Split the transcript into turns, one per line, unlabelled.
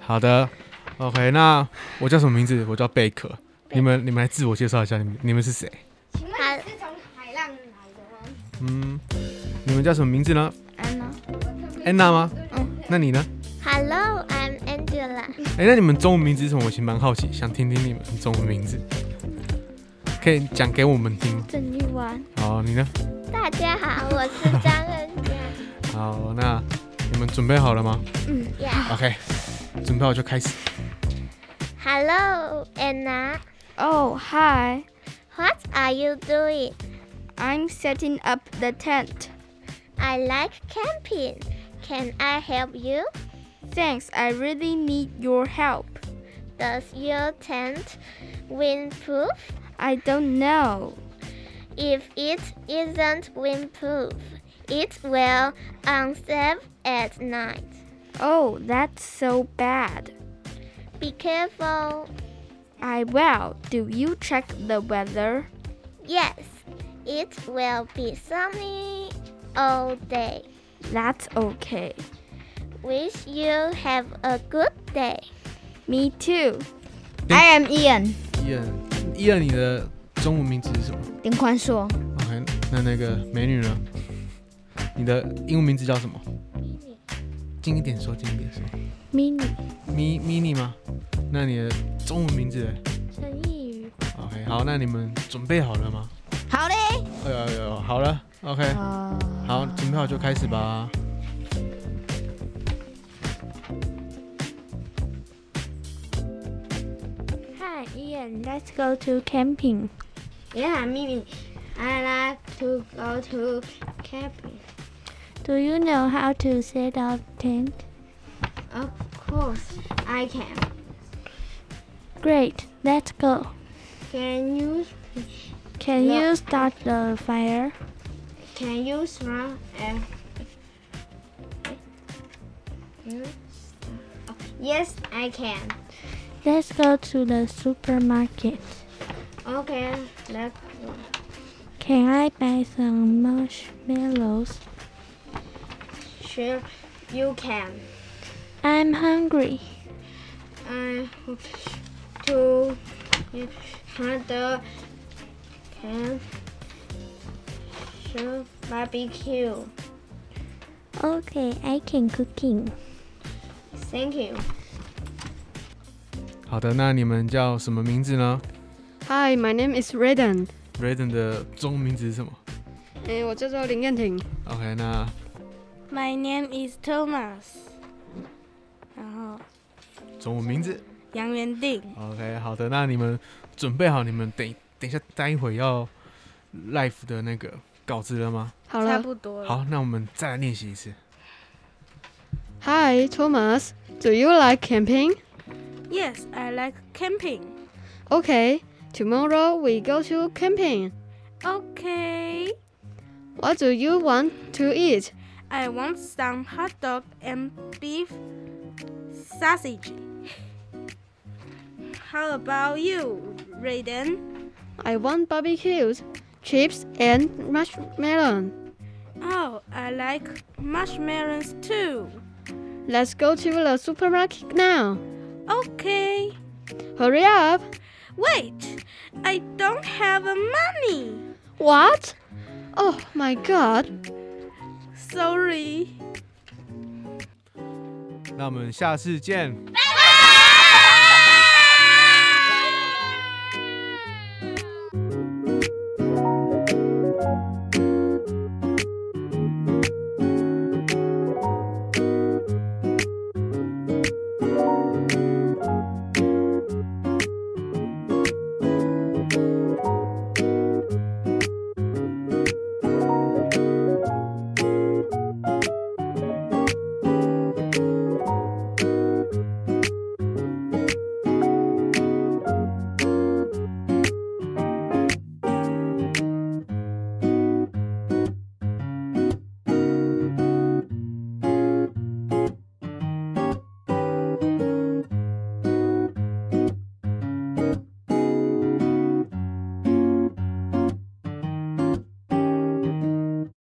好的，OK，那我叫什么名字？我叫贝壳。
贝
你们你们来自我介绍一下，你们你们是谁？
请问你是从海浪来的吗？
嗯，你们叫什么名字呢
Anna。
？Anna 吗？
嗯
那你呢？
Hello, I'm Angela。
哎、那你们中文名字是什么？我其实蛮好奇，想听听你们中文名字，可以讲给我们听吗。
郑玉婉。
好，你呢？
大家好，我是张恩佳。
好，那你们准备好了吗
嗯呀。
？OK，准备好就开始。
Hello, Anna.
Oh, hi.
What are you doing?
I'm setting up the tent.
I like camping. Can I help you?
Thanks, I really need your help.
Does your tent windproof?
I don't know.
If it isn't windproof, it will unsafe at night.
Oh, that's so bad.
Be careful.
I will. Do you check the weather?
Yes, it will be sunny all day.
That's okay.
Wish you have a good day.
Me too.
I
am Ian
伊恩，伊恩，你的中文名字是什么
林宽硕
？OK，那那个美女呢？你的英文名字叫什么？近一点说，近一点说。
Mini
Mi mini 吗？那你的中文名字嘞
陈意宇。
？OK，好，那你们准备好了吗？
好嘞，
哎呦哎呦哎呦，好了，OK，
uh,
啊、
好，准备好就开始吧。
Hi, Ian. Let's go to camping.
Yeah, Mimi, I like to go to camping.
Do you know how to set up tent?
Of course, I can.
Great. Let's go.
Can you
Can
No.
you start the fire?
can you run a? Yes, I can.
Let's go to the supermarket.
Okay, let's.
Can I buy some marshmallows?
Sure, you can.
I'm hungry.
I hope to hunt the can show barbecue.
Okay, I can cooking.
Thank you.
好的，那你们叫什么名字呢
Hi, my name is Raden，
？Raden 的中文名字是什么
诶、我叫做林燕婷。
？OK，那
My name is Thomas。然 Uh-huh. 后
中文名字
杨元定，
OK，好的，那你们准备好你们等等一下待会要 l i f e 的那个稿子了吗？
好
差
了
不多了。
好，那我们再来练习一次。
，Hi Thomas, do you like camping?
Yes, I like camping.
Okay, tomorrow we go to camping.
Okay,
What do you want to eat?
I want some hot dog and beef sausage. How about you, Raiden?
I want barbecues, chips and marshmallow.
Oh, I like marshmallows too.
Let's go to the supermarket now.
Okay.
Hurry up!
Wait, I don't have money.
What? Oh my god!
Sorry.
那我们下次见，
拜拜。